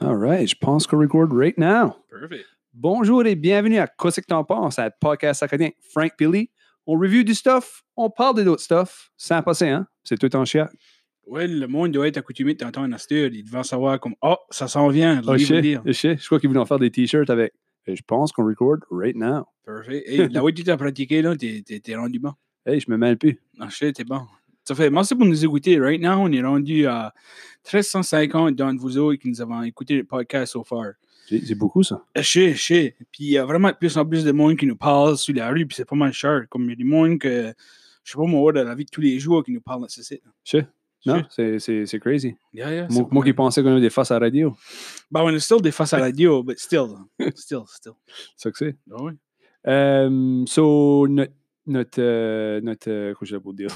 All right, je pense qu'on record right now. Perfect. Bonjour et bienvenue à Qu'est-ce que t'en penses, à podcast acadien Frank Billy. On review du stuff, on parle de d'autres stuff, sans passer, hein? C'est tout en chien. Ouais, le monde doit être accoutumé de t'entendre en style. Ils devaient savoir comme Oh, ça s'en vient. Oh, lui, je vous sais, dire. je sais, je crois qu'ils voulaient en faire des t-shirts avec. Et je pense qu'on record right now. Perfect. Hey, la way que tu t'as pratiqué, là, t'es, t'es- t'es rendu bon. Hey, je me mêle plus. Non, je sais, t'es bon. Ça fait merci pour nous écouter. Right now, on est rendu à 1350 d'entre vous autres qui nous avons écouté le podcast so far. C'est c'est beaucoup, ça. Je sais, je sais. Puis il y a vraiment de plus en plus de monde qui nous parle sur la rue, puis c'est pas mal cher. Comme il y a du monde que, je sais pas moi, de la vie de tous les jours qui nous parle de ce site. Je sais. Je Non, c'est- sais. c'est c'est crazy. Yeah, yeah, c'est Moi, pas moi mal. qui pensais qu'on avait des faces à la radio. Bah, on est still des faces à la radio, but still. Still, still. C'est ça que c'est. Ah ouais. Euh, so, notre. Notre. euh, notre euh, Qu'est-ce que j'ai pour dire?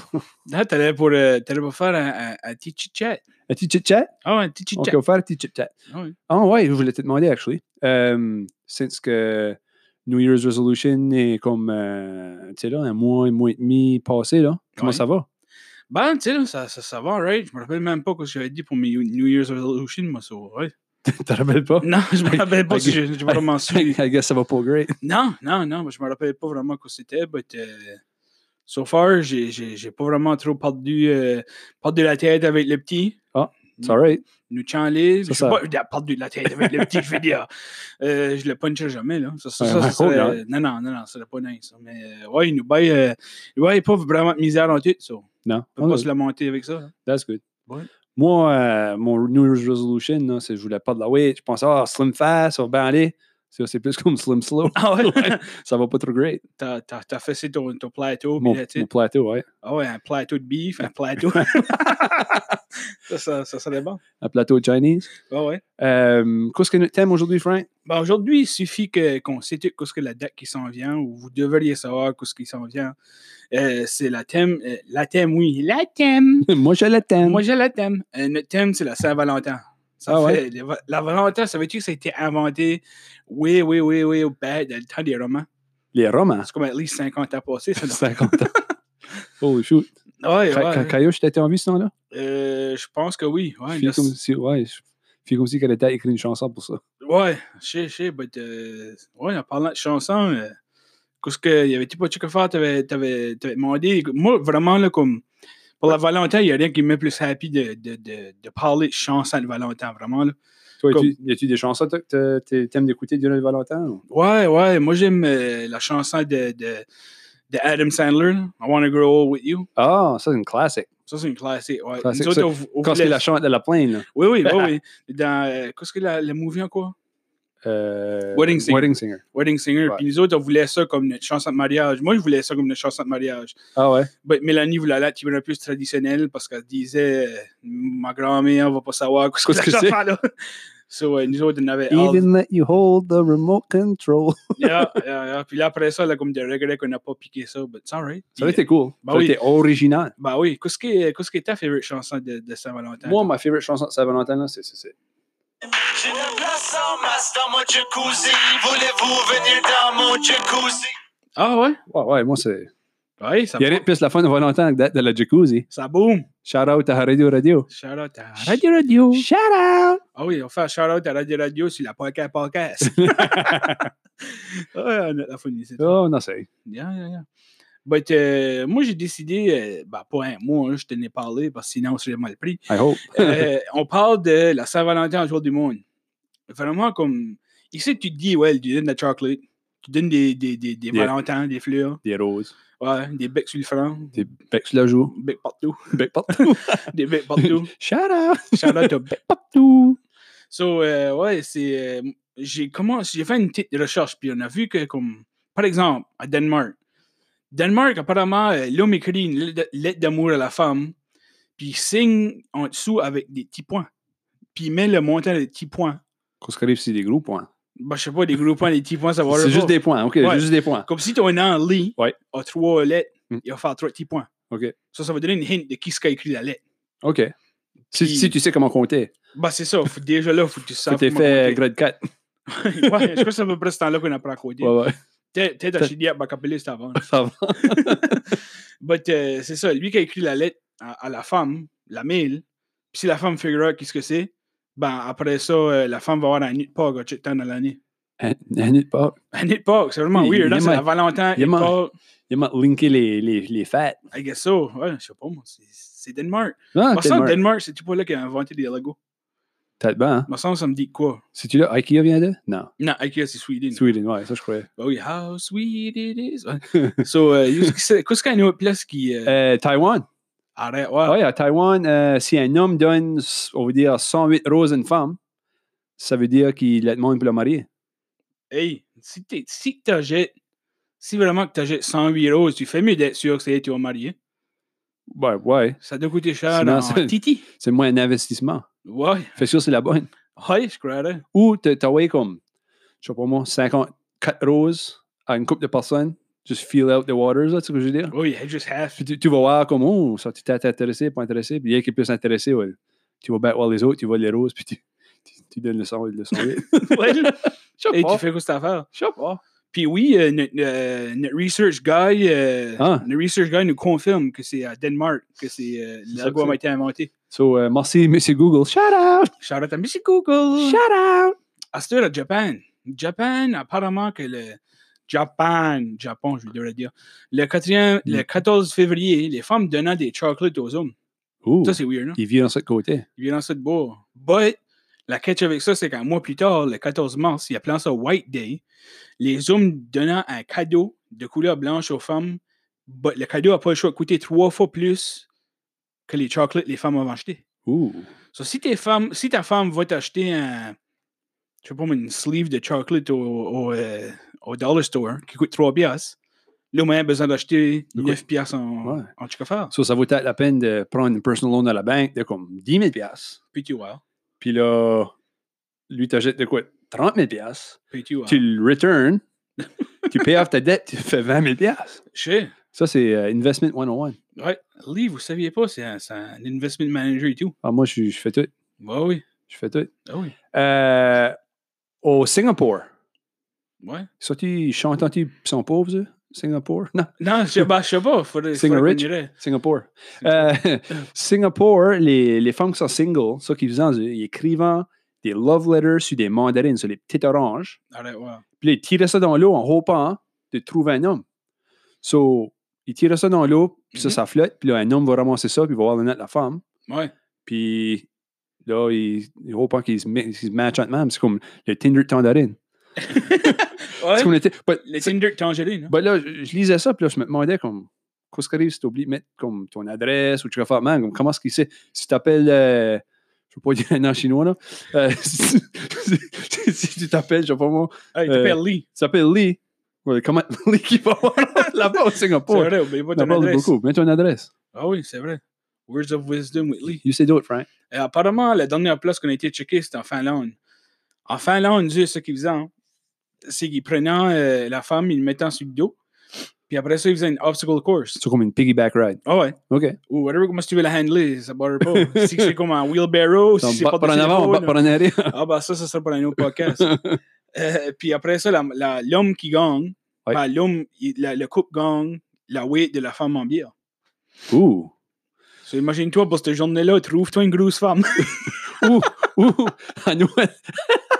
Là, t'allais pour, euh, t'allais pour faire un, un- un petit chit-chat. Un petit chit-chat? Ah, un petit On chit-chat. peut faire un petit chit-chat. Ah ouais. Ah ouais, je voulais te demander, actually. Euh, since que New Year's Resolution est comme, euh, tu sais, là, un mois, un mois et demi passé, là, comment Ouais. ça va? Ben, tu sais, là, ça, ça, ça va, right? Je me rappelle même pas ce que j'avais dit pour mes New Year's Resolution, moi, ça, right? Tu te rappelles pas? Non, je me rappelle pas Ok. si j'ai j'ai vraiment su. I guess ça va pas great. Non, non, non, je me rappelle pas vraiment quoi c'était, but euh, so far, j'ai- j'ai j'ai pas vraiment trop perdu, euh, perdu la tête avec le petit. It's alright. Nous chanler. Ça, Je ça- sais pas, j'ai perdu la tête avec le petit, je veux dire. Euh, je le puncherai jamais, là. Ça, ça, Ouais, ça, ouais, ça oh, serait- euh, non, non, non, non, ça serait pas nice. ça. Mais euh, ouais, il nous baille. euh, ouais, il a pas vraiment de misère en tout, ça. On Non, Oh, peut pas se la monter avec ça. là. that's good. Ouais. Moi, euh, mon New Year's Resolution, là, c'est que je voulais pas de la weight. Je pensais, ah, slim fast, ça va bien aller. Ça, C'est plus comme slim slow. Ah ouais? Ça va pas trop great. T'as- T'as t'as fait c'est ton, ton plateau, puis Mon, là, tu sais, mon plateau, ouais. Ah ouais, un plateau de beef, un plateau. ça, ça, ça serait bon. Un plateau Chinese. Ah ouais. Euh, Qu'est-ce que notre thème aujourd'hui, Frank? Ben, Aujourd'hui, il suffit que- qu'on sait tout ce que la date qui s'en vient, ou vous devriez savoir ce qui s'en vient. Euh, c'est la thème. euh, la thème, oui. La thème. Moi, je le thème. Moi, j'ai la thème. Euh, notre thème, c'est la Saint-Valentin. Ça Ah ouais? fait- les va- La Valentin, ça veut-tu que ça a été inventé? Oui, oui, oui, oui, au back, dans le temps des romans. Les romans. C'est comme at least 50 ans passés. ça, non? 50 ans. Holy shoot. Ouais, Ca- Quand ouais. Caillou, t'étais en vie ce temps-là? Euh, je pense que oui. Je Ouais, fais là, comme si, ouais, je fais comme si qu'elle était écrit une chanson pour ça. Ouais, je sais, je sais, but, euh, ouais, en parlant de chansons, euh, qu'est-ce que, y avait-tu pas de faire, t'avais, t'avais, t'avais demandé, moi, vraiment, là, comme, pour la Valentin, il y a rien qui me met plus happy de, de, de, de parler de chansons de Valentin, vraiment, là. Toi, Comme- tu- y a-tu des chansons toi, que t'a- t'a- t'aimes d'écouter durant le Valentin? ou? Ouais, ouais, moi, j'aime euh, la chanson de, de, de Adam Sandler, là, I Wanna Grow Old With You, Ah, ça, c'est une classique. ça, c'est une classique, ouais. Classique, Nous ça, autres, on- on Quand voulait- c'est la chante de la plaine, là. Oui, oui, oui, oui, dans, euh, qu'est-ce que la- le movie, en quoi? Euh, Wedding Singer. Singer. Wedding Singer, Ouais. puis nous autres, on voulait ça comme une chanson de mariage, moi, je voulais ça comme une chanson de mariage. Ah ouais? Ben, Mélanie voulait aller à Tibera plus traditionnelle parce qu'elle disait euh, Ma grand-mère va pas savoir ce que Qu'est-ce que c'est. c'est? là. So, euh, nous autres, on avait hâte. Even let you hold the remote control. Yeah, yeah, yeah. Puis là, après ça, là, comme des regrets qu'on n'a pas piqué ça, but it's alright. Ça aurait été cool. Bah ça aurait oui. été original. Ben oui, qu'est-ce qui est qu'est-ce qui est ta favorite chanson de, de Saint-Valentin? Moi, ma favorite chanson de Saint-Valentin, là, c'est. c'est- c'est- J'ai une place en masse dans mon jacuzzi. Voulez-vous venir dans mon jacuzzi? Ah ouais? Ouais, ouais, moi, c'est. Oui, ça, Il y a rien de plus la fin de Valentin que d'être dans la jacuzzi. ça boom. Shout out à Radio Radio. Shout out à Radio Radio. Shout out! Ah oui, on fait un shout out à Radio Radio sur la podcast podcast. ouais, on a la fun ici. Oh, on essaye. Yeah, yeah, yeah. But, euh, moi, j'ai décidé, euh, ben, pas un mois, hein, je t'en ai parlé parce que sinon, on serait mal pris. I hope. Euh, on parle de la Saint-Valentin en jour du monde. Vraiment, comme. Ici, tu te dis, ouais, tu donnes de la chocolate, tu donnes des, des, des, des Yeah. Valentins, des fleurs, Des roses. ouais, des becs sur le front, Des becs sur la joue. des becs partout, Bec partout. des becs partout. Shout out! Shout out au bec. Partout! So, euh, ouais, c'est. euh, j'ai commencé, j'ai fait une petite recherche, puis on a vu que, comme. Par exemple, à Danemark. Danemark, apparemment, euh, l'homme écrit une lettre- lettre d'amour à la femme, puis il signe en dessous avec des petits points. Puis il met le montant des petits points. Qu'on se arrive, c'est des gros points. bah, je sais pas, des gros points, des petits points, ça va C'est pas. juste des points, ok? Ouais. Juste des points. Comme si tu as un lit Ouais. à trois lettres, Mm. il va faire trois petits points. Ok. Ça, ça va donner une hint de qui ce qui a écrit la lettre. Ok. Si, Puis- si tu sais comment compter, Bah, c'est ça, faut- déjà là, faut que tu tu saches. t'es comment fait euh, compter. grade 4. ouais, je crois que c'est à peu près ce temps-là qu'on apprend à coder. Ouais, ouais. Peut-être à Chidiac, Bacapelli, c'est avant. Ça va. But, euh, c'est ça, lui qui a écrit la lettre à, à la femme, la mail, puis si la femme figure out qu'est-ce que c'est, Ben, après ça, euh, la femme va avoir un nid de Pâques à chaque temps dans l'année. Un- un nid de porc. Un nid de Pâques, c'est vraiment Il- weird. il Là, est c'est la mort. Valentin, Il est nid de mort. Pâques. Il m'a linké les, les, les fêtes. I guess so. Ouais, je sais pas, moi. c'est- C'est Denmark. Ah, Par Denmark. contre, Denmark, c'est-tu pas là qui a inventé les Legos? Peut-être bien. Hein? Par contre, ça me dit quoi? C'est-tu là? Ikea vient de? Non. Non, IKEA, c'est Sweden. Sweden, ouais, ça je croyais. Ben oui, how sweet it is. Ouais. so, euh, you- c'est- qu'est-ce qu'il y a une autre place qui. euh, Euh, Taïwan. Arrête, Ah ouais. ouais, à Taïwan, euh, si un homme donne, on va dire, 108 roses à une femme, ça veut dire qu'il la demande pour la marier. Hey, si t'es- si que t'as jeté- si vraiment que tu jeté 108 roses, tu fais mieux d'être sûr que c'est tu vas marier. Ouais, ouais. Ça doit coûter cher Sinon, en ça- titi. C'est moins un investissement. Ouais, Fais sûr que c'est la bonne. ouais, je croirais. Ou t'as envoyé comme, je sais pas moi, 54 roses à une couple de personnes, just feel out the waters, là, tu sais ce que je veux dire? Oui, juste Oh, half. Puis tu, tu vas voir comme, oh, ça, tu t'es intéressé, pas intéressé. Puis il y a qui peut s'intéresser, ouais. Tu vas battre voir les autres, tu vois les roses, puis tu, tu, tu donnes le sang, le sang. Ouais, là. Je sais Hey, pas. tu fais quoi cette affaire? Je sais pas. Puis oui, euh, notre, euh, notre research guy, euh, Ah. notre research guy nous confirme que c'est à Denmark que c'est euh, C'est ça l'algo que c'est. a été inventé. So, euh, merci, Monsieur Google. Shout out! Shout out à Missy Google. Shout out! À ce à Japan. Japan, apparemment que le Japan, Japon, je devrais dire, le, quatrième, le Mm. 14 février, les femmes donnant des chocolates aux hommes. Ouh, Ça, c'est weird, non? il vient de ce côté. Ils viennent dans cette bourre. But, la catch avec ça, c'est qu'un mois plus tard, le 14 mars, il appelant ça White Day, les hommes donnant un cadeau de couleur blanche aux femmes, but le cadeau n'a pas le choix de coûter trois fois plus que les chocolates les femmes ont acheté. Ouh. So, si, tes femmes, si ta femme va t'acheter un, je sais pas, moi, une sleeve de chocolate au, au, euh, au dollar store qui coûte 3 piastres, là, au moins, besoin d'acheter Oui. 9 piastres en, Ouais. en chocolat. So, ça vaut peut-être la peine de prendre une personal loan à la banque de comme 10 000 piastres. Puis tu vois. Puis là, lui t'achète de quoi? 30 000 piastres. Puis tu vois. Tu le return, tu payes off ta dette, tu fais 20 000 piastres. Je sais. Ça, c'est euh, Investment 101. Ouais, Lee, vous saviez pas, c'est un, c'est un investment manager et tout. Ah, moi, je, je fais tout. Bah oui. Je fais tout. Ah oui. Euh, au Singapour. Ouais. Sont-ils chantants-ils sont pauvres, eux? Singapour? Non. Non, je, bah, je sais pas. Faudrait, Sing faudrait rich. qu'on irait. Singapour. Euh, Singapour, les, les femmes qui sont singles, ça qu'ils faisaient, eux, ils écrivaient des love letters sur des mandarines, sur les petites oranges, Arrête, ouais. puis ils tiraient ça dans l'eau en hopant de trouver un homme. So, ils tiraient ça dans l'eau, puis ça, Mhm. ça flotte, puis là, un homme va ramasser ça, puis il va voir le nez de la femme, Ouais. puis là, ils il hopent qu'ils se, ma- qu'ils se matchent entre même. C'est comme le Tinder de tandarine. C'est ouais. comme le Ti- but- Le Tinder de Tangerine. hein. ben là, je je lisais ça, puis là, je me demandais comme. Qu'est-ce qui arrive si tu oublies de mettre comme ton adresse ou tu vas faire man, comme, comment est-ce qu'il sait Si tu t'appelles, euh, je ne veux pas dire un nom chinois, là. Euh, si, si- si tu t'appelles, je ne sais pas moi, Ah, il t'appelle euh, Lee. tu t'appelles Lee, ouais, comment Lee qui va avoir là-bas au C'est Singapour vrai, oublie pas On en ton parle adresse. beaucoup, mets ton adresse. Ah oui, c'est vrai. Words of wisdom with Lee. You say d'autres, Frank. Et apparemment, la dernière place qu'on a été checker, c'était en Finlande. En Finlande, eux, ce qu'ils faisaient, hein, c'est qu'ils prenaient euh, la femme, ils le mettaient sur le dos. Puis après ça, ils faisaient une obstacle course. C'est comme une piggyback ride. Ah ouais. OK. Ou whatever, comment tu veux la handler, ça barre pas. si c'est comme un wheelbarrow, si Donc, c'est bat pas par en dessus avant, l'épaule, bat par en arrière. Ah, bah ça, ça serait pour un autre podcast. Euh, puis après ça, la- la- l'homme qui gagne, Ouais. ben, l'homme, il- la- le couple gagne la weight de la femme en bière. Ouh. So, imagine-toi, pour cette journée-là, trouve-toi une grosse femme. Ouh. Ouh. À Noël.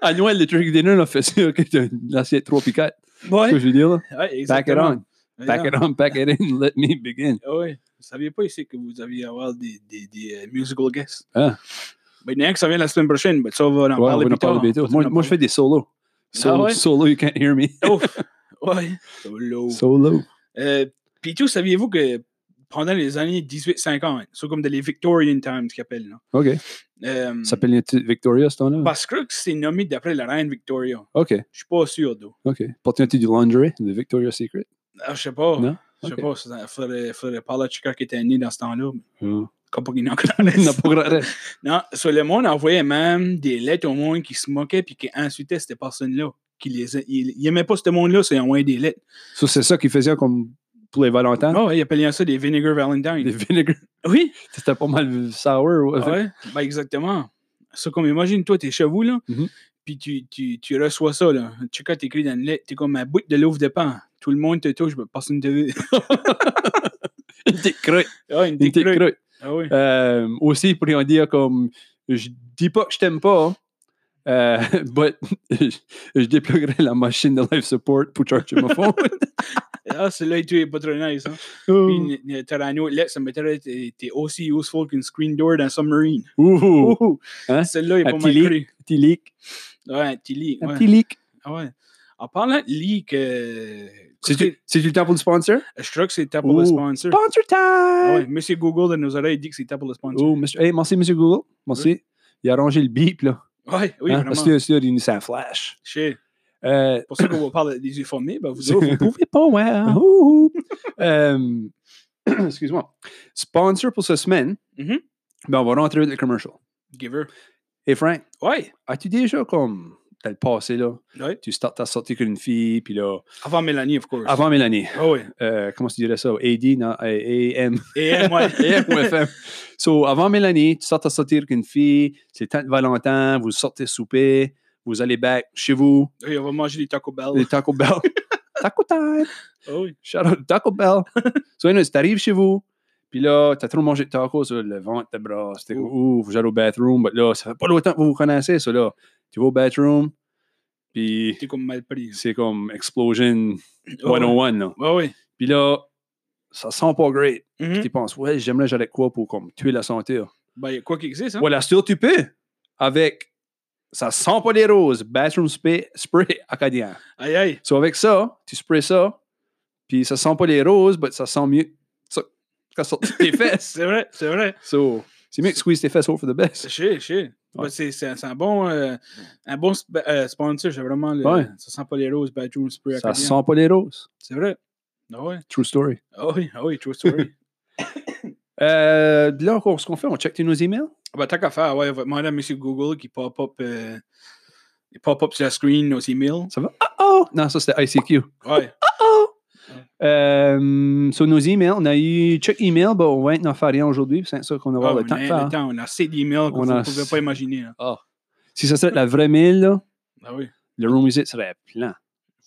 à Noël, le trick dinner, on a fait ça, OK, t'as une assiette trop piquante. Tu ouais. vois ce que je veux dire, là? ouais Back it exactement. on. Pack it on, pack it in, let me begin. Ah ouais. Vous saviez pas ici que vous aviez à avoir des, des, des euh, musical guests. Ah. Mais il y en a que ça vient la semaine prochaine, mais ça, on va en Ouais, on parler va en plus tard. parler bientôt. On va Moi, en moi, je fais des solos. Solo, Ah ouais? solo, you can't hear me. parler. Ouf. Ouais. Solo. Solo. Euh, Puis tout, saviez-vous que pendant les années 1850, c'est comme dans les Victorian Times qu'ils appellent, là, OK. euh, Ça s'appelle une petite Victoria, ce temps-là? parce que je crois que c'est nommé d'après la reine Victoria. OK. Je suis pas sûr d'où. OK. Porte-tu du lingerie, de Victoria's Secret? Ah, je sais pas. Non? Je sais Ok. pas. Il faudrait, faudrait parler à quelqu'un qui était né dans ce temps-là. mais Non. Comme pas qu'il n'en Non, connaisse. pas grand reste. non, sur le monde envoyait même des lettres au monde qui se moquaient puis qui insultaient cette personne-là. Qui les, il, il aimait pas ce monde-là, c'est envoyer des lettres. So, c'est ça qu'ils faisaient comme pour les Valentins? Ah ouais, il appelait ça des vinegar valentines. Les vinegar. Oui, C'était pas mal sour. Ah ouais. Ouais, ben exactement. Ça, comme imagine-toi, t'es chez vous, là, Mhm. puis tu, tu, tu reçois ça, là. Tu quand t'écris dans une lettre, t'es comme un bout de l'ouvre de pan. Tout le monde te touche, mais personne te veut. Une petite croûte. ah, une Une petite décrue. croûte. Ah oui. Euh, aussi, ils pourraient en dire comme Je dis pas que je t'aime pas, hein. euh, but je dépluguerai la machine de life support pour charger mon phone. Ah, celui-là, tu est pas trop nice. Hein? Ouh. Puis, n- n- Tarano, là, ça m'étonnerait, t'es t'es aussi useful qu'une screen door dans Submarine. Ouh. Oh, Hein? Celle-là est Un pas petit mal leak. crue. Petit leak. Ouais, un petit leak. Un ouais. petit leak. Ah ouais. En parlant de leak, euh, C'est-tu c'est-tu le temps pour le sponsor? je crois que c'était pour le Ouh. sponsor. Sponsor Ah ouais, time! Monsieur Google de nos oreilles dit que c'était pour le sponsor. Oh, monsieur, hey, merci, monsieur Google. Merci. Il a rangé le beep, là. Ouais, oui, Hein, Parce vraiment. que c'est une ça flash. Je sais. Euh, pour ça qu'on va parler des uniformés, ben vous vous, autres, vous pouvez pas, ouais. hein. Ouh, ouh. Euh, Excuse-moi. Sponsor pour cette semaine. Mhm. ben, on va rentrer avec le commercial. giver. Et Frank, Ouais, as-tu déjà, comme, dans le passé, là, ouais. tu startes ta sortie avec une fille, puis là, Avant Mélanie, of course. avant Mélanie, Ah ouais. euh, comment tu dirais ça? AD, non, A- AM. Et elle, moi. AM ou FM. So, avant Mélanie, tu sors à sortir avec une fille, c'est le temps de Valentin, vous sortez souper, vous allez back chez vous, Oui, on va manger des Taco Bell. les Taco Bell. Taco time! Ah oui. Shout out Taco Bell! so, anyways, t'arrives chez vous, puis là, t'as trop mangé de tacos, là, le ventre te brasse, t'es comme, ouh, faut que j'aille au bathroom, mais là, ça fait pas longtemps que vous vous connaissez, ça, là. Tu vas au bathroom, puis T'es comme mal pris. c'est comme Explosion Ah ouais. 101, là. Ah ouais. Puis là, ça sent pas great. Mhm. Tu penses, ouais, j'aimerais j'allais quoi pour comme tuer la santé, là. Ben, y a quoi qui existe, hein? Voilà, sûr, tu peux. Avec ça sent pas les roses, bathroom spray, spray acadien. Aïe, aïe. So avec ça, tu sprays ça, puis ça sent pas les roses, mais ça sent mieux. Ça, ça sort de tes fesses. C'est vrai, c'est vrai. So, c'est mieux que squeeze tes fesses, hope for the C'est best. chier, chier. Ben, Ouais. c'est, c'est, un- c'est un bon, euh, un bon sp- euh, sponsor. J'ai vraiment le. Ouais. Ça sent pas les roses, Bathroom Spray. Ça Acadien. sent pas les roses. C'est vrai. Ah ouais. True story. Ah oui, ah oui, true story. Euh, là encore, ce qu'on fait, on check nos emails. ben, tant qu'à faire, ouais, on va demander à M. Google qui pop-up. Euh, il pop-up sur la screen nos emails. Ça va? Oh oh! Non, ça c'était ICQ. Ouais. Euh, sur nos emails, on a eu check email, bah, on va être en faire rien aujourd'hui, puis c'est ça qu'on aura Ah, le temps de on, a, faire. le temps, on a assez d'emails que On vous a- ne pouvez pas imaginer. là. Si ça serait la vraie mail, là, Ah oui. le room visit serait plein.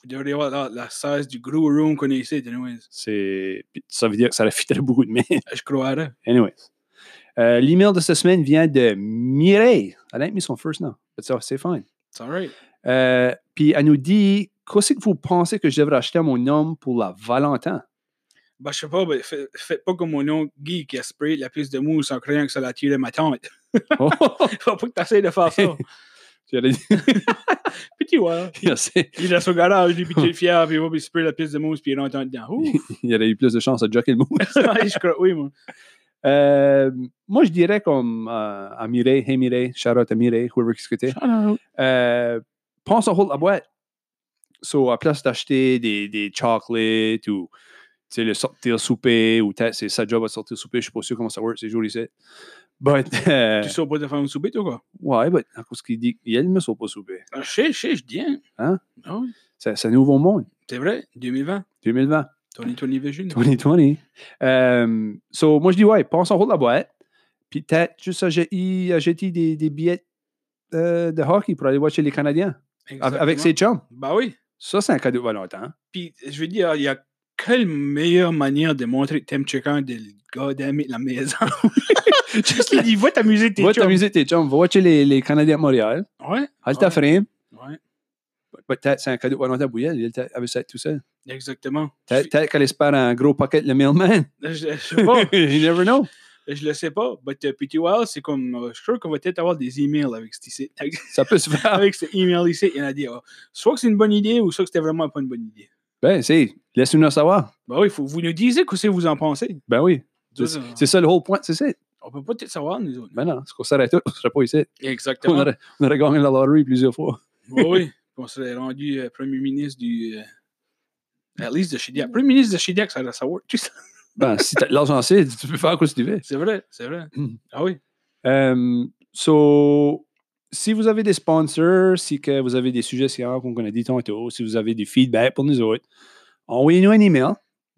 Vous devriez voir la, la size du gros room qu'on a ici, anyways. C'est... puis Ça veut dire que ça affecterait beaucoup de mails. Je croirais. Anyways. Euh, L'email de cette semaine vient de Mireille. Elle a mis son first nom. But ça, c'est fine. C'est alright. Euh, Puis elle nous dit Qu'est-ce que vous pensez que je devrais acheter à mon homme pour la Valentin Ben, je sais pas, ben, fait- faites pas comme mon nom Guy qui a sprayé de la piste de mousse en croyant que ça l'a tiré ma tante. Oh, Faut pas que t'essayes de faire ça. J'allais Puis tu vois, dire, c'est- il est dans son garage, il est pitié fier, puis il va puis il spray la piste de mousse, puis il rentre dedans. Ouh! il aurait eu plus de chance à jocker le mot. je crois, oui, moi. Euh, moi, je dirais comme euh, à Mireille, hey Mireille, shout out à Mireille, whoever qui c'était. Euh, pense en hold la boîte. So, à place d'acheter des, des chocolates ou tu sais, le sortir souper ou peut-être c'est sa job à sortir souper, je suis pas sûr comment ça work ces jours ici. But, euh, Tu sais pas de faire un souper, toi, quoi? ouais, but, à cause qu'il dit qu'elle me sort pas souper. Ah, Je sais, je sais, je dis, hein. Hein? Ah oui, C'est c'est un nouveau monde, c'est vrai, 2020, 2020, Tony Tony Vision. 2020. Euh, so, moi je dis, ouais, pense en hold la boîte. Puis peut-être juste acheter acheter des, des billets euh, de hockey pour aller watcher les Canadiens av- avec ses Exactement. chums. Ben oui. Ça, c'est un cadeau de Valentin. Puis, je veux dire, il y a quelle meilleure manière de montrer que t'aimes chacun de le goddamn it, la maison. Juste Il dit, va t'amuser tes Va chums. t'amuser tes chums. Va watcher les, les Canadiens de Montréal. Ouais, Halte ta Ouais. frame. ouais, Peut-être c'est un cadeau pour Valentin Bouillet. Il avait ça tout seul. exactement. Je, Peut-être qu'elle espère un gros paquet de le mailman. je- je sais pas, you never know. je le sais pas, mais uh, PTOL, c'est comme, euh, je crois qu'on va peut-être avoir des emails avec cet ici. Ça peut se faire. Avec ce email ici, il y en a dit, ah, soit que c'est une bonne idée ou soit que c'était vraiment pas une bonne idée. Ben, c'est. Laisse-nous le savoir. Ben oui, faut, vous nous disiez ce que vous en pensez. Ben oui. C'est Ça, ça, c'est ça le whole point, c'est ça. on peut pas tout savoir, nous autres. Ben non, ce qu'on s'arrête tout, on serait pas ici. On Exactement. aurait, on aurait gagné la lotterie plusieurs fois. Oui, oui. Puis On serait rendu euh, premier ministre du. euh, at least de Chidiac. Premier ministre de Chidiac, ça doit savoir. Tu sais. Ben, si t'as de l'argent, c'est, tu peux faire quoi si tu veux. C'est vrai, c'est vrai. Mm. Ah oui. Euh, so, si vous avez des sponsors, si que vous avez des suggestions qu'on a dit tantôt, si vous avez du feedback pour nous autres, envoyez-nous un email.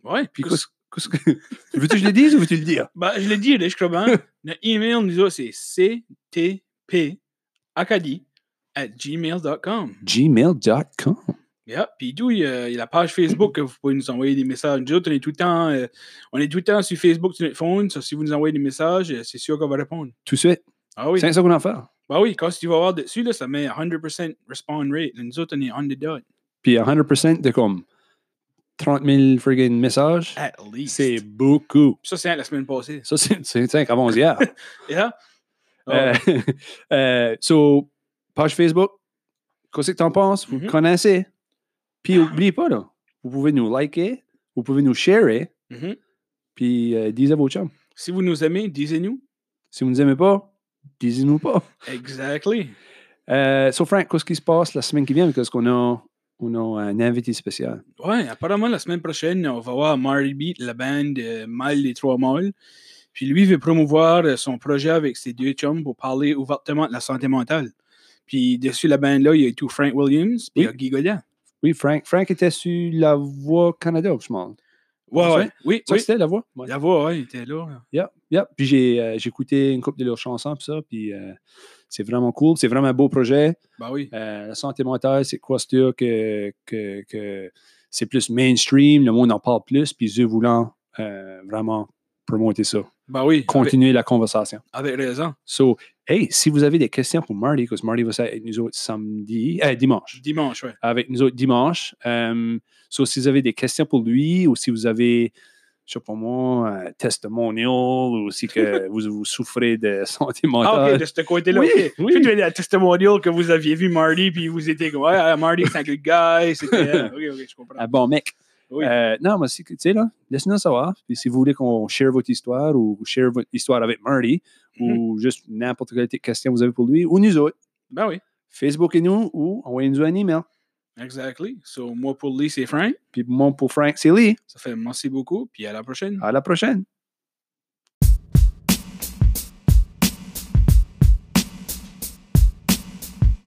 Ouais. Puis, que- qu'est-ce qu'est-ce que. Tu veux que je le dise ou veux-tu le dire? Ben, je l'ai dit, là, je crois bien. Notre email, nous autres, c'est ctp acadie at gmail.com. Gmail.com. Yeah. Puis d'où il y a il y a la page Facebook que vous pouvez nous envoyer des messages. Nous autres, on est tout le temps, euh, on est tout le temps sur Facebook sur notre phone. So, si vous nous envoyez des messages, euh, c'est sûr qu'on va répondre. Tout de suite. Ah oui. C'est ça qu'on en fait. Bah oui, quand tu vas voir dessus, là, ça met 100% respawn rate. Nous autres, on est on the dot. Puis 100% de comme 30 000 friggin' messages. At least. C'est beaucoup. Ça, c'est la semaine passée. Ça, c'est c'est 5 avant hier. Yeah? Oh, Euh, euh, so, page Facebook, qu'est-ce que t'en penses? Vous Mhm. Ah. connaissez. Puis, n'oubliez pas, là, vous pouvez nous liker, vous pouvez nous sharer, mhm. puis euh, disez à vos chums. Si vous nous aimez, disez-nous. Si vous ne nous aimez pas, disez-nous pas. Exactly. Euh, so, Frank, qu'est-ce qui se passe la semaine qui vient? Parce qu'on a, on a un invité spécial. Ouais, apparemment, la semaine prochaine, on va voir Murray Beat, la band euh, Mal des Trois Molles. Puis lui veut promouvoir euh, son projet avec ses deux chums pour parler ouvertement de la santé mentale. Puis dessus la band-là, il y a tout Frank Williams puis il y a Oui. Guy Godin. Oui, Frank. Frank était sur La Voix Canada, je pense. Ouais, C'est ouais. ça? Oui, Ça, oui. c'était La Voix? Ouais. La voix, ouais, il était là. là. Yep, yep. Puis j'ai euh, j'ai écouté une couple de leurs chansons, puis ça, puis euh, c'est vraiment cool. C'est vraiment un beau projet. Bah oui. Euh, la santé mentale, c'est quoi c'est que, que, que c'est plus mainstream, le monde en parle plus, puis eux voulant euh, vraiment promoter ça, Bah oui. Avec, continuer la conversation. avec raison. So, hey, si vous avez des questions pour Marty, parce que Marty va être avec nous autres samedi, euh, dimanche Dimanche, ouais. avec nous autres dimanche. Euh, so, si vous avez des questions pour lui ou si vous avez, je sais pas moi, un testimonial ou si que vous, vous souffrez de santé Ah, ok, mentale. de ce côté-là. Oui, ok. oui. Je te la testimonial que vous aviez vu Marty, puis vous étiez comme, ouais, ah, Marty, c'est un good guy. C'était. ok, ok, je comprends. Un bon mec. Oui. Euh, non, mais si que- tu sais, là, laissez-nous savoir. Puis si vous voulez qu'on share votre histoire ou share votre histoire avec Marty ou juste n'importe quelle question que vous avez pour lui ou nous autres, Bah oui. Facebook et nous ou envoyez-nous un email. Exactly. So, moi, pour Lee, c'est Frank. Puis mon pour Frank, c'est Lee. Ça fait merci beaucoup, puis à la prochaine. À la prochaine.